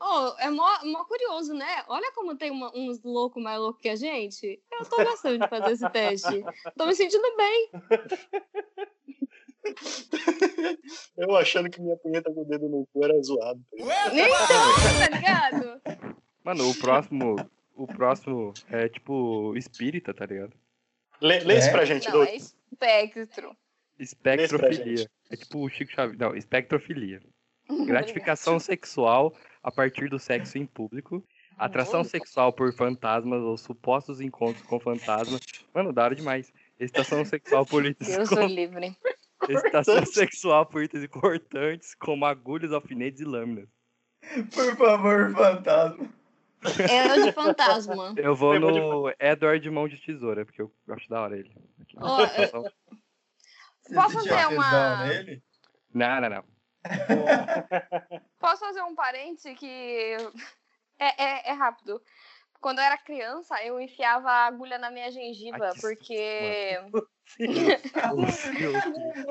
S2: Oh, é mó, mó curioso, né? Olha como tem uma- uns loucos mais loucos que a gente. Eu tô gostando de fazer esse teste. Tô me sentindo bem.
S1: Eu achando que minha punheta com o dedo no cu era zoado.
S2: Então, tá ligado?
S3: Mano, o próximo. O próximo é tipo espírita, tá ligado?
S1: Lê, lê isso
S4: É?
S1: pra gente,
S2: Não,
S1: Lu.
S2: é espectro.
S1: Lê isso
S3: Espectrofilia. É tipo o Chico Xavier. Não, espectrofilia. Gratificação sexual a partir do sexo em público. Atração sexual por fantasmas ou supostos encontros com fantasmas. Mano, da hora demais. Excitação sexual por itens,
S2: Deus o livre.
S3: co- excitação sexual por itens cortantes, como agulhas, alfinetes e lâminas.
S1: um.
S4: Por favor, fantasma.
S2: É o de fantasma.
S3: Eu vou
S1: Eu vou
S3: no Edward Mão de Tesoura, porque eu acho da hora ele. Aqui.
S2: Ó, eu-
S4: Você
S2: Posso
S4: sentia
S2: fazer
S4: tesão
S2: uma-
S3: né?
S4: Nele?
S3: Não, não, não.
S2: Posso fazer um parente que é, é- é rápido. Quando eu era criança, eu enfiava a agulha na minha gengiva,
S3: Ai, que
S2: porque.
S3: Meu Deus.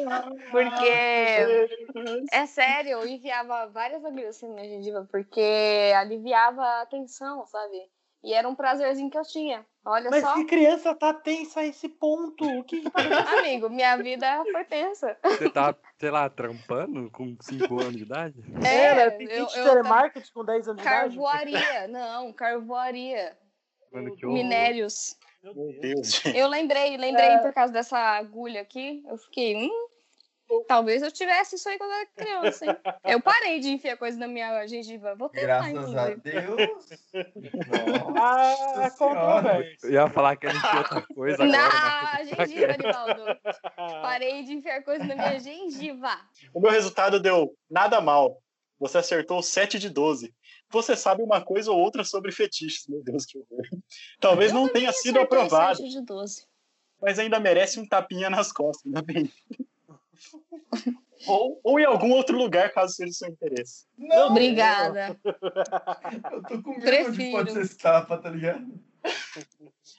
S5: Ah,
S2: Porque. É sério, eu enfiava várias agulhas assim na minha gengiva, porque aliviava a tensão, sabe? E era um prazerzinho que eu tinha. Olha
S5: Mas
S2: só,
S5: que criança tá tensa a esse ponto? O que
S2: amigo, minha vida foi tensa.
S3: Você tá, sei lá, trampando com 5 anos de idade?
S5: era? Tem
S2: É, eu,
S5: gente de
S2: eu,
S5: telemarketing com 10 anos de idade?
S2: carvoaria, não, carvoaria,
S3: Mano, que horror.
S2: minérios.
S5: Meu
S1: Meu
S5: Deus.
S1: Deus, gente.
S2: Eu lembrei, lembrei
S1: É.
S2: por causa dessa agulha aqui. Eu fiquei, hum, talvez eu tivesse isso aí quando eu era criança, hein? Eu parei de enfiar coisa na minha gengiva. Vou tentar,
S4: Graças a
S2: inclusive.
S4: Deus. Nossa.
S5: Ah,
S3: Eu
S5: controvérsia.
S3: ia falar que a gente tinha outra coisa agora. mas-
S2: Na gengiva, Nivaldo. Parei de enfiar coisa na minha gengiva.
S1: O meu resultado deu nada mal. Você acertou 7 de 12. Você sabe uma coisa ou outra sobre fetiches. Meu Deus, que horror. Talvez não tenha sido
S2: Acertei
S1: aprovado,
S2: sete de 12.
S1: mas ainda merece um tapinha nas costas, ainda bem. ou, ou em algum outro lugar, caso seja do seu interesse.
S4: Não,
S1: né?
S2: Obrigada.
S4: Eu tô com medo de
S2: Prefiro.
S4: pode ser tapa, tá ligado?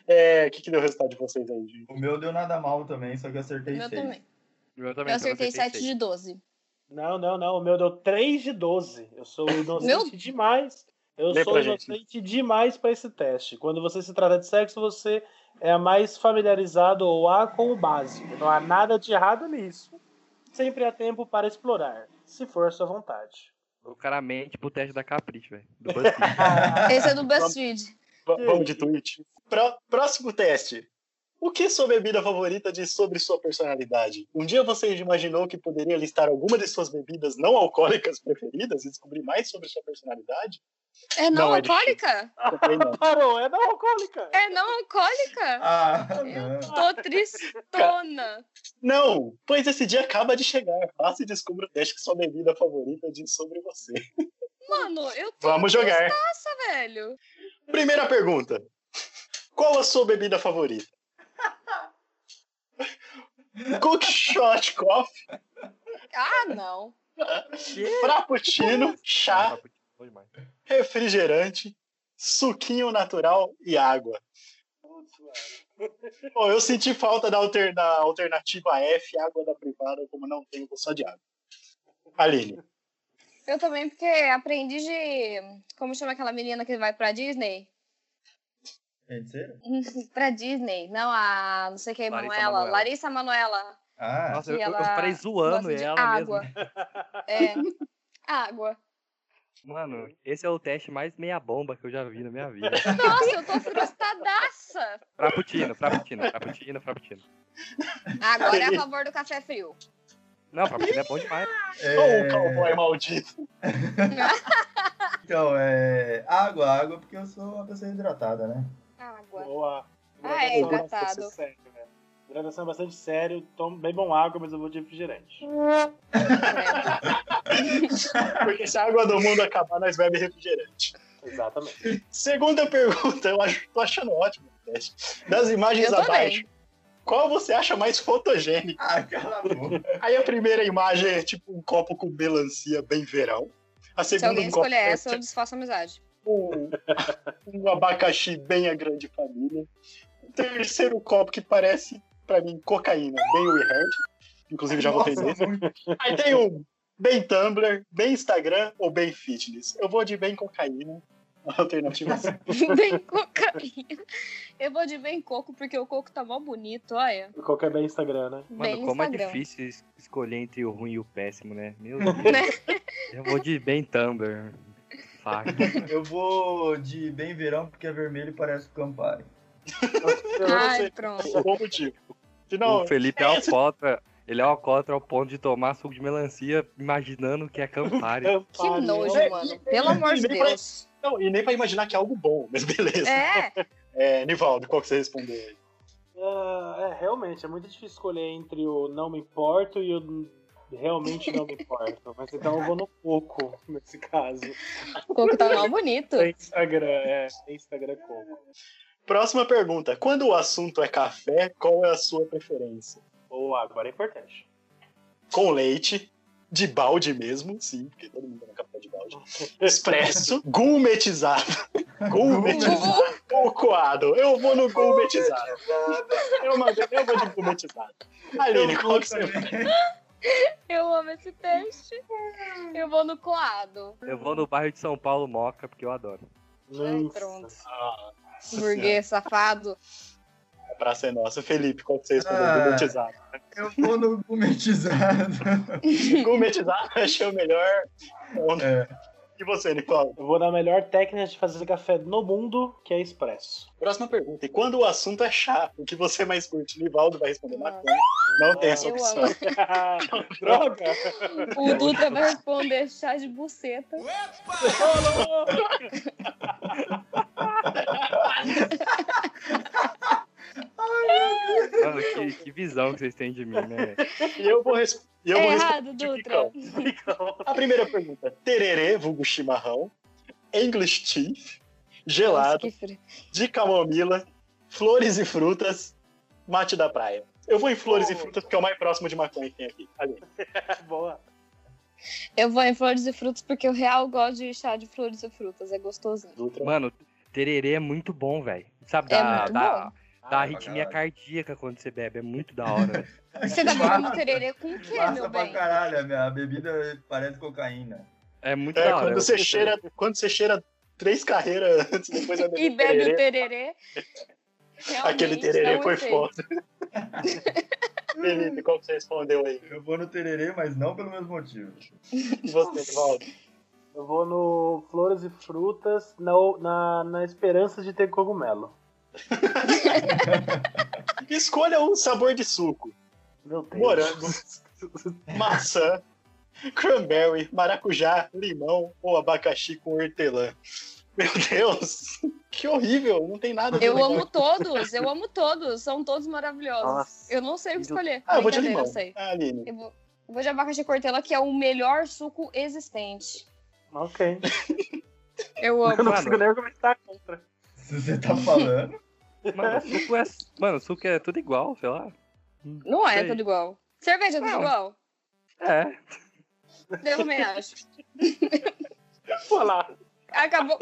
S1: É, o que, que deu o resultado de vocês aí, gente?
S4: O meu deu nada mal também, só que eu acertei
S2: Eu
S4: seis.
S2: também.
S3: Eu também
S2: Eu acertei
S3: só
S2: 7 de 12.
S5: Não, não, não. O meu deu 3 de 12. Eu sou inocente
S2: Meu-
S5: demais. Eu
S1: Lê
S5: sou
S1: pra gente.
S5: inocente demais para esse teste. Quando você se trata de sexo, você é mais familiarizado ou há com o básico. Não há nada de errado nisso. Sempre há tempo para explorar, se for a sua vontade.
S3: O cara mente pro teste da Capricho, velho. Do BuzzFeed.
S2: Esse é do BuzzFeed.
S1: V- Vamos de tweet. Pró- próximo teste. O que sua bebida favorita diz sobre sua personalidade? Um dia você imaginou que poderia listar alguma de suas bebidas não alcoólicas preferidas e descobrir mais sobre sua personalidade?
S2: É não,
S1: Não, é
S2: alcoólica?
S1: Também não.
S5: Parou, é não alcoólica.
S2: É não alcoólica?
S4: Ah, não.
S2: Tô tristona.
S1: Não, pois esse dia acaba de chegar. Faça e descubra o teste que sua bebida favorita diz sobre você.
S2: Mano, eu tô
S1: Vamos jogar.
S2: Nossa, velho.
S1: Primeira pergunta. Qual a sua bebida favorita? Cook shot coffee,
S2: Ah, não.
S1: frappuccino, chá,
S3: Foi demais.
S1: refrigerante, suquinho natural e água. Bom, eu senti falta da, alter- da alternativa F, água da privada, como não tenho, vou só de água. Aline,
S2: Eu também, porque aprendi de. Como chama aquela menina que vai pra Disney?
S4: Feiticeira?
S2: Pra Disney. Não, a. Não sei quem,
S3: Larissa
S2: Manuela.
S3: Manoela.
S2: Larissa Manuela.
S4: Ah,
S3: Nossa,
S2: E
S3: eu, eu
S2: ela
S3: parei zoando
S2: gosta de
S3: ela
S2: água.
S3: mesmo.
S2: É. Água.
S3: Mano, esse é o teste mais meia-bomba que eu já vi na minha vida.
S2: Nossa, eu tô frustradaça.
S3: Frappuccino, frappuccino, frappuccino, frappuccino.
S2: Agora é a favor do café frio.
S3: Não, frappuccino é bom demais.
S4: é...
S1: ou o um cowboy maldito.
S4: Então, é. Água, água, porque eu sou uma pessoa hidratada, né?
S2: Água.
S5: Boa.
S2: Ah, é,
S5: Hidratação
S2: engraçado.
S5: bastante sério, velho. Hidratação é bastante sério. Tomo bebam água, mas eu vou de refrigerante.
S1: Porque se a água do mundo acabar, nós bebe refrigerante.
S5: Exatamente.
S1: Segunda pergunta, eu acho, tô achando ótimo o teste. Das imagens
S2: Eu também.
S1: abaixo, qual você acha mais fotogênico?
S4: Ah, cala a boca.
S1: Aí a primeira imagem é tipo um copo com melancia bem verão. A
S2: Se
S1: segunda
S2: alguém
S1: um copo
S2: escolher
S1: com
S2: essa, eu desfaço a amizade.
S1: um, um abacaxi bem a grande família. O terceiro copo que parece, pra mim, cocaína, bem We Heard. Inclusive, já votei nesse.
S4: Nossa, muito.
S1: Aí tem um bem Tumblr, bem Instagram ou bem Fitness. Eu vou de bem cocaína. A alternativa C.
S2: bem cocaína. Eu vou de bem coco, porque o coco tá mó bonito, olha.
S5: Qual que é bem Instagram, né?
S3: Mano,
S2: bem
S3: como
S2: Instagram.
S3: é difícil es- escolher entre o ruim e o péssimo, né? Meu Deus. eu vou de bem Tumblr. Faca.
S4: Eu vou de bem verão, porque é vermelho e parece o Campari.
S5: Eu não sei.
S2: Ai, pronto.
S1: Por Bom é motivo. Final,
S3: o Felipe é alcoólatra. Ele é alcoólatra ao ponto de tomar suco de melancia imaginando que é Campari.
S2: Que
S5: Pare,
S2: nojo,
S5: né?
S2: mano. Pelo amor de
S1: nem pra-
S2: Deus.
S1: não, e nem pra imaginar que é algo bom, mas beleza.
S2: É,
S1: É, Nivaldo, qual que você respondeu aí?
S5: Ah, é, realmente, é muito difícil escolher entre o não me importo e o realmente não me importo. Mas então eu vou no coco, nesse caso.
S2: o coco tá mó bonito.
S5: Tem Instagram, é, tem Instagram coco.
S1: Próxima pergunta. Quando o assunto é café, qual é a sua preferência?
S5: Boa, agora é importante.
S1: com leite, de balde mesmo, sim, porque todo mundo toma café de balde. Expresso, gourmetizado. Gourmetizado ou coado? Eu vou no gourmetizado. Eu, mandei, eu vou de gourmetizado. Aline, qual que você vai?
S2: Eu amo esse teste. Eu vou no coado.
S3: Eu vou no bairro de São Paulo Moca, porque eu adoro.
S5: é
S2: Ai,
S1: Nossa,
S2: pronto.
S1: Nossa
S2: Burguês safado.
S1: Senhora, a praça é nossa. Felipe, qual que você escolheu?
S4: Ah.
S1: Gourmetizado.
S4: Eu vou no gourmetizado.
S1: Gourmetizado, eu achei o melhor. Então,
S4: É.
S1: E você, Nicola?
S5: Eu vou na melhor técnica de fazer café no mundo, que é expresso.
S1: Próxima pergunta. E quando o assunto é chá, o que você mais curte? Nivaldo vai responder maconha. Não tem essa
S2: Eu
S1: opção.
S2: amo.
S5: Droga!
S2: O Dutra vai responder chá de buceta.
S3: Mano, que, que visão que vocês têm de mim, né? velho?
S1: E eu vou, res... e eu
S2: é
S1: vou
S2: errado,
S1: responder de
S2: Dutra.
S1: A primeira pergunta: tererê, vulgo chimarrão, English tea, gelado,
S2: Nossa, que frio.
S1: de camomila, flores e frutas, mate da praia. Eu vou em flores
S2: Oh.
S1: e frutas porque é o mais próximo de maconha que tem aqui. Ali.
S5: Boa.
S2: Eu vou em flores e frutas porque eu real gosto de chá de flores e frutas. É gostosinho.
S1: Dutra.
S3: Mano, tererê é muito bom, velho. Sabe,
S2: É
S3: dá,
S2: muito
S3: dá, dá
S4: Ah,
S3: arritmia
S4: pra
S3: cardíaca quando você bebe. É muito da hora, velho.
S2: Você tá bebendo tererê com o quê,
S4: Massa
S2: meu
S4: pra
S2: bem?
S4: caralho, a minha bebida parece cocaína.
S3: É muito
S1: É,
S3: da hora.
S1: quando,
S3: eu
S1: você
S3: gostei.
S1: cheira, quando você cheira três carreiras antes, depois vai beber um
S2: E bebe o
S1: tererê.
S2: tererê. Realmente, é um
S1: Aquele tererê
S2: não
S1: foi
S2: sei.
S1: foda. Felipe, qual que você respondeu aí?
S4: Eu vou no tererê, mas não pelo mesmo motivo.
S1: E você, Valdo?
S5: Eu vou no flores e frutas na, na, na esperança de ter cogumelo.
S1: Escolha um sabor de suco:
S5: Meu Deus.
S1: morango, maçã, cranberry, maracujá, limão ou abacaxi com hortelã. Meu Deus, que horrível! Não tem nada. a ver
S2: Eu
S1: com
S2: amo todos, eu amo todos. São todos maravilhosos.
S5: Nossa.
S2: Eu não sei o que escolher.
S1: Ah, eu vou de
S2: Brincadeira,
S1: limão.
S2: Eu sei.
S1: Ah, Aline.
S2: Eu vou, eu vou de abacaxi cortela, que é o melhor suco existente.
S5: Ok.
S2: Eu
S5: Eu não
S2: amo.
S5: consigo nem é argumentar contra.
S4: Se você tá falando.
S3: Mano, suco é, mano, suco é tudo igual, sei lá.
S2: Não é
S3: Sei.
S2: tudo igual. Cerveja é tudo
S3: Não.
S2: igual?
S3: É.
S2: Eu também acho.
S5: Vou lá.
S2: Acabou.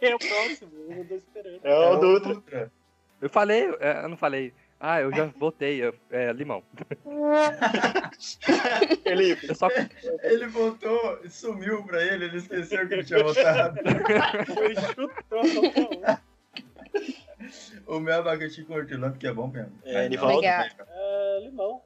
S5: Quem é o próximo? Eu tô esperando.
S1: É o Dutra.
S4: Dutra.
S3: Eu falei, é, eu não falei. Ah, eu já botei eu- é, limão.
S1: Felipe,
S3: Eu só
S4: Ele voltou, sumiu pra ele, ele esqueceu que ele tinha votado.
S5: Foi chutou um. qualquer
S4: O meu abacaxi com hortelã, porque é bom mesmo.
S1: É,
S4: Aí,
S1: ele
S4: não.
S1: volta.
S2: Obrigada.
S5: um. É, limão.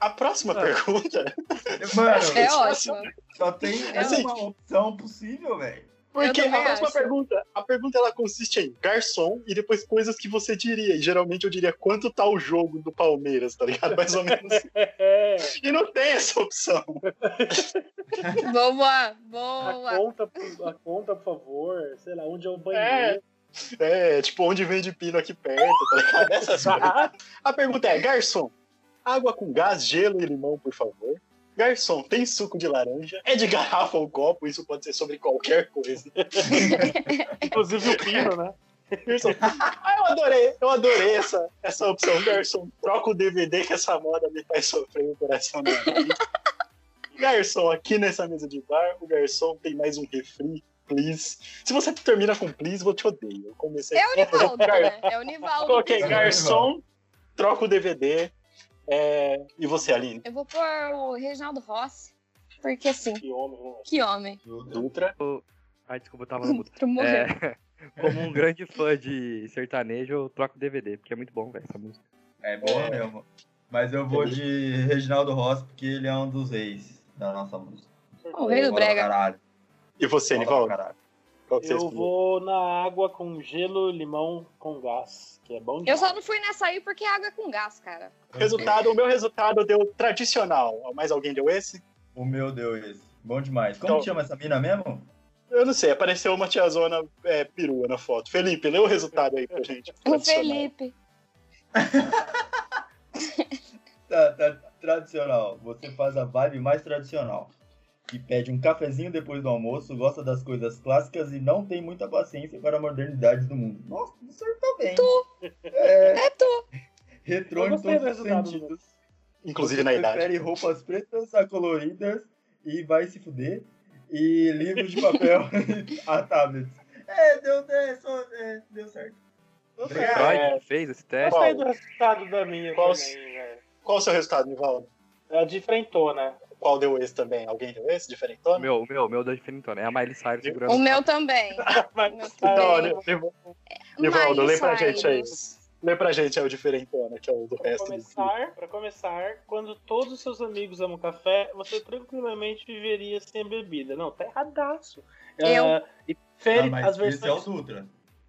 S1: a próxima pergunta.
S4: Mano,
S2: É ótimo.
S4: só tem
S1: Assim-
S4: uma opção possível, velho.
S1: Porque a
S2: também
S1: próxima
S2: acho.
S1: pergunta, a pergunta ela consiste em garçom e depois coisas que você diria. E geralmente eu diria quanto tá o jogo do Palmeiras, tá ligado? Mais ou menos.
S5: É.
S1: E não tem essa opção.
S2: Boa,
S5: A
S2: boa.
S5: conta, por- a conta, por favor. Sei lá, onde é o banheiro.
S1: É, tipo, onde vende pino aqui perto, tá ligado? Essas coisas.
S5: Ah,
S1: A pergunta é, garçom, água com gás, gelo e limão, por favor. Garçom, tem suco de laranja? É de garrafa ou copo? Isso pode ser sobre qualquer coisa.
S5: inclusive o pino, né?
S1: Garçom, ah, eu adorei, eu adorei essa, essa opção. Garçom, troca o DVD que essa moda me faz sofrer o coração da vida. Garçom, aqui nessa mesa de bar, o garçom tem mais um refri, please. Se você termina com please, eu te odeio. Eu comecei
S2: É o Nivaldo, né? É o Nivaldo.
S1: Coloquei garçom, troca o DVD. é, E você, Aline?
S2: Eu vou pôr o Reginaldo Rossi, porque assim,
S5: Que homem.
S2: que homem.
S1: Dutra.
S3: Ai, desculpa, eu tava no mudo.
S2: Pra morrer.
S3: É, como um grande fã de sertanejo, eu troco DVD, porque é muito bom, velho, essa música.
S4: É bom
S1: É.
S4: mesmo. Mas eu
S5: É
S4: vou de Reginaldo Rossi, porque ele é um dos reis da nossa música.
S2: O rei do
S4: Bola pra
S2: brega.
S4: Caralho.
S1: E você,
S4: bola pra
S1: Nivaldo?
S4: caralho.
S1: Qual que você
S5: Eu
S1: escolheu?
S5: vou na água com gelo, limão com gás, que é bom
S2: Eu
S5: demais.
S2: só não fui nessa aí porque é água com gás, cara.
S1: Resultado, o meu resultado deu tradicional. Mas alguém deu esse?
S4: O meu deu esse. Bom demais. Como
S1: Então-
S4: que chama essa mina mesmo?
S1: Eu não sei, apareceu uma tiazona é, perua na foto. Felipe, lê o resultado aí pra gente.
S2: O
S1: tradicional.
S2: Felipe.
S4: Tá, tá tradicional. Você faz a vibe mais tradicional. Que pede um cafezinho depois do almoço, gosta das coisas clássicas e não tem muita paciência para a modernidade do mundo. Nossa, o senhor tá bem. Tu. É,
S2: É tu.
S4: retrô
S5: Eu
S4: em
S5: gostei
S4: todos
S5: do
S4: os
S5: resultado,
S4: sentidos.
S1: Inclusive
S4: Você
S1: na idade.
S4: Prefere roupas pretas a coloridas e vai se fuder. E livros de papel a tablets. É, deu, é, só- é, deu certo. Então,
S5: Obrigado.
S3: Freud que fez esse
S5: Eu
S3: teste.
S5: gostei do resultado da minha
S1: Qual-
S5: também, velho.
S1: Qual o seu resultado, Nivaldo?
S5: É a de frentona.
S1: qual deu esse também? Alguém deu esse?
S3: O
S1: Diferentona?
S3: meu, o meu, o meu da Infinitona. É a Miley Cyrus segurando.
S2: O meu também.
S5: Mas-
S2: O meu também.
S1: Então, olha, Liv- Livaldo,
S2: Miley
S1: lê pra gente aí.
S2: Cyrus.
S1: Lê pra gente aí o diferentona, que é o do
S5: Pra
S1: resto. do-
S5: começar, pra começar, quando todos os seus amigos amam café, você tranquilamente viveria sem a bebida. Não, tá erradaço.
S2: Eu.
S5: Ah, e
S4: Ah,
S5: prefere
S4: mas
S5: as
S4: esse é o
S5: versões
S4: Dutra.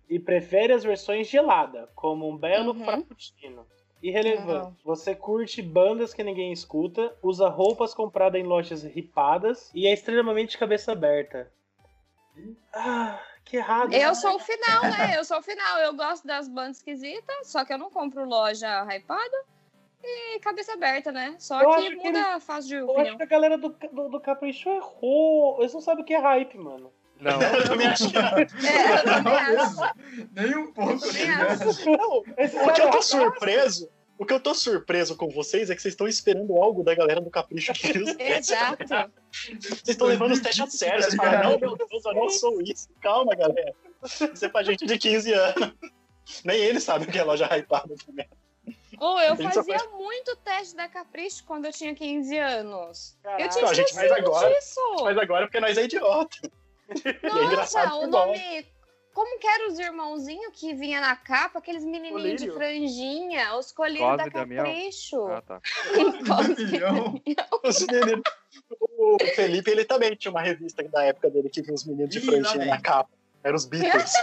S5: e prefere as versões gelada, como um belo
S2: Uhum.
S5: frappuccino. Irrelevante. Você curte bandas que ninguém escuta, usa roupas compradas em lojas ripadas e é extremamente cabeça aberta. Ah, que errado.
S2: Eu sou o final, né? Eu sou o final. Eu gosto das bandas esquisitas, só que eu não compro loja hypada. E cabeça aberta, né? Só
S5: Eu
S2: que
S5: acho que
S2: muda a fase de
S5: Eu acho
S2: opinião.
S5: que a galera do, do, do Capricho errou. Eles não sabem o que é hype, mano.
S3: Não,
S1: Eu também acho que
S2: É, eu também acho.
S4: mesmo. Nem um pouco.
S2: Eu também
S4: né?
S2: acho.
S5: Não, esse
S1: O que eu
S5: cara-
S1: tô surpreso, o que eu tô surpreso com vocês é que vocês estão esperando algo da galera do Capricho aqui. Os testes.
S2: Exato.
S1: Vocês estão levando os testes a sério. Vocês falam, não, meu Deus, eu não sou isso. Calma, galera. Isso é pra gente de 15 anos. Nem eles sabem o que é loja hypada também.
S2: Ou eu
S1: Ele só
S2: fazia muito teste da Capricho quando eu tinha 15 anos. Eu
S5: Caralho.
S2: tinha
S1: Não, a gente faz
S2: esquecido
S1: agora.
S2: disso.
S1: Mas agora porque nós é idiota. E é engraçado
S2: Nossa,
S1: que
S2: o
S1: dói.
S2: nome. Como que eram os irmãozinhos que vinha na capa? Aqueles menininhos de
S5: Colírio?
S2: franjinha, os colírios da
S3: Cosme e Damião.
S2: Capricho.
S3: ah, tá.
S2: Cosme.
S4: um Milhão.
S1: Os meninos. O Felipe, ele também tinha uma revista da época dele que vinha os meninos de
S4: Ih, lá
S1: franjinha
S4: vem.
S1: na capa. Eram os Beatles.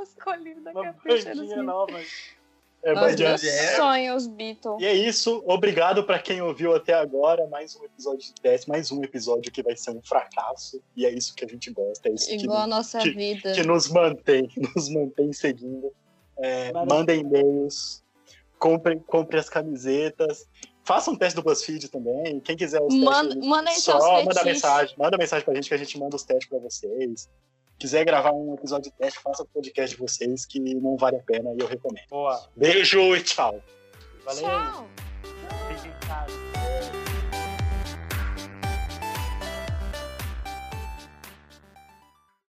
S2: Os colírios da
S5: Uma
S2: Capricho. eram os
S5: bandinha
S1: né?
S2: meninos.
S5: nova.
S1: É,
S2: Nossa,
S1: mas
S2: meu
S1: já-
S4: é.
S2: sonho, os Beatles.
S1: E é isso. Obrigado pra quem ouviu até agora. Mais um episódio de teste, mais um episódio que vai ser um fracasso. E é isso que a gente gosta, é isso que,
S2: Igual a nossa
S1: que-
S2: vida.
S1: que nos mantém, que nos mantém seguindo. É,
S5: Maravilha.
S1: mandem e-mails, comprem, comprem as camisetas, façam um teste do BuzzFeed também. Quem quiser os
S2: Manda,
S1: testes,
S2: manda aí seus
S1: só manda
S2: fetiches.
S1: mensagem, manda mensagem pra gente que a gente manda os testes pra vocês. Quiser gravar um episódio de teste, faça o podcast de vocês que não vale a pena e eu recomendo.
S5: Boa.
S1: Beijo e tchau.
S5: Valeu.
S2: Tchau.
S5: Fiquem em casa.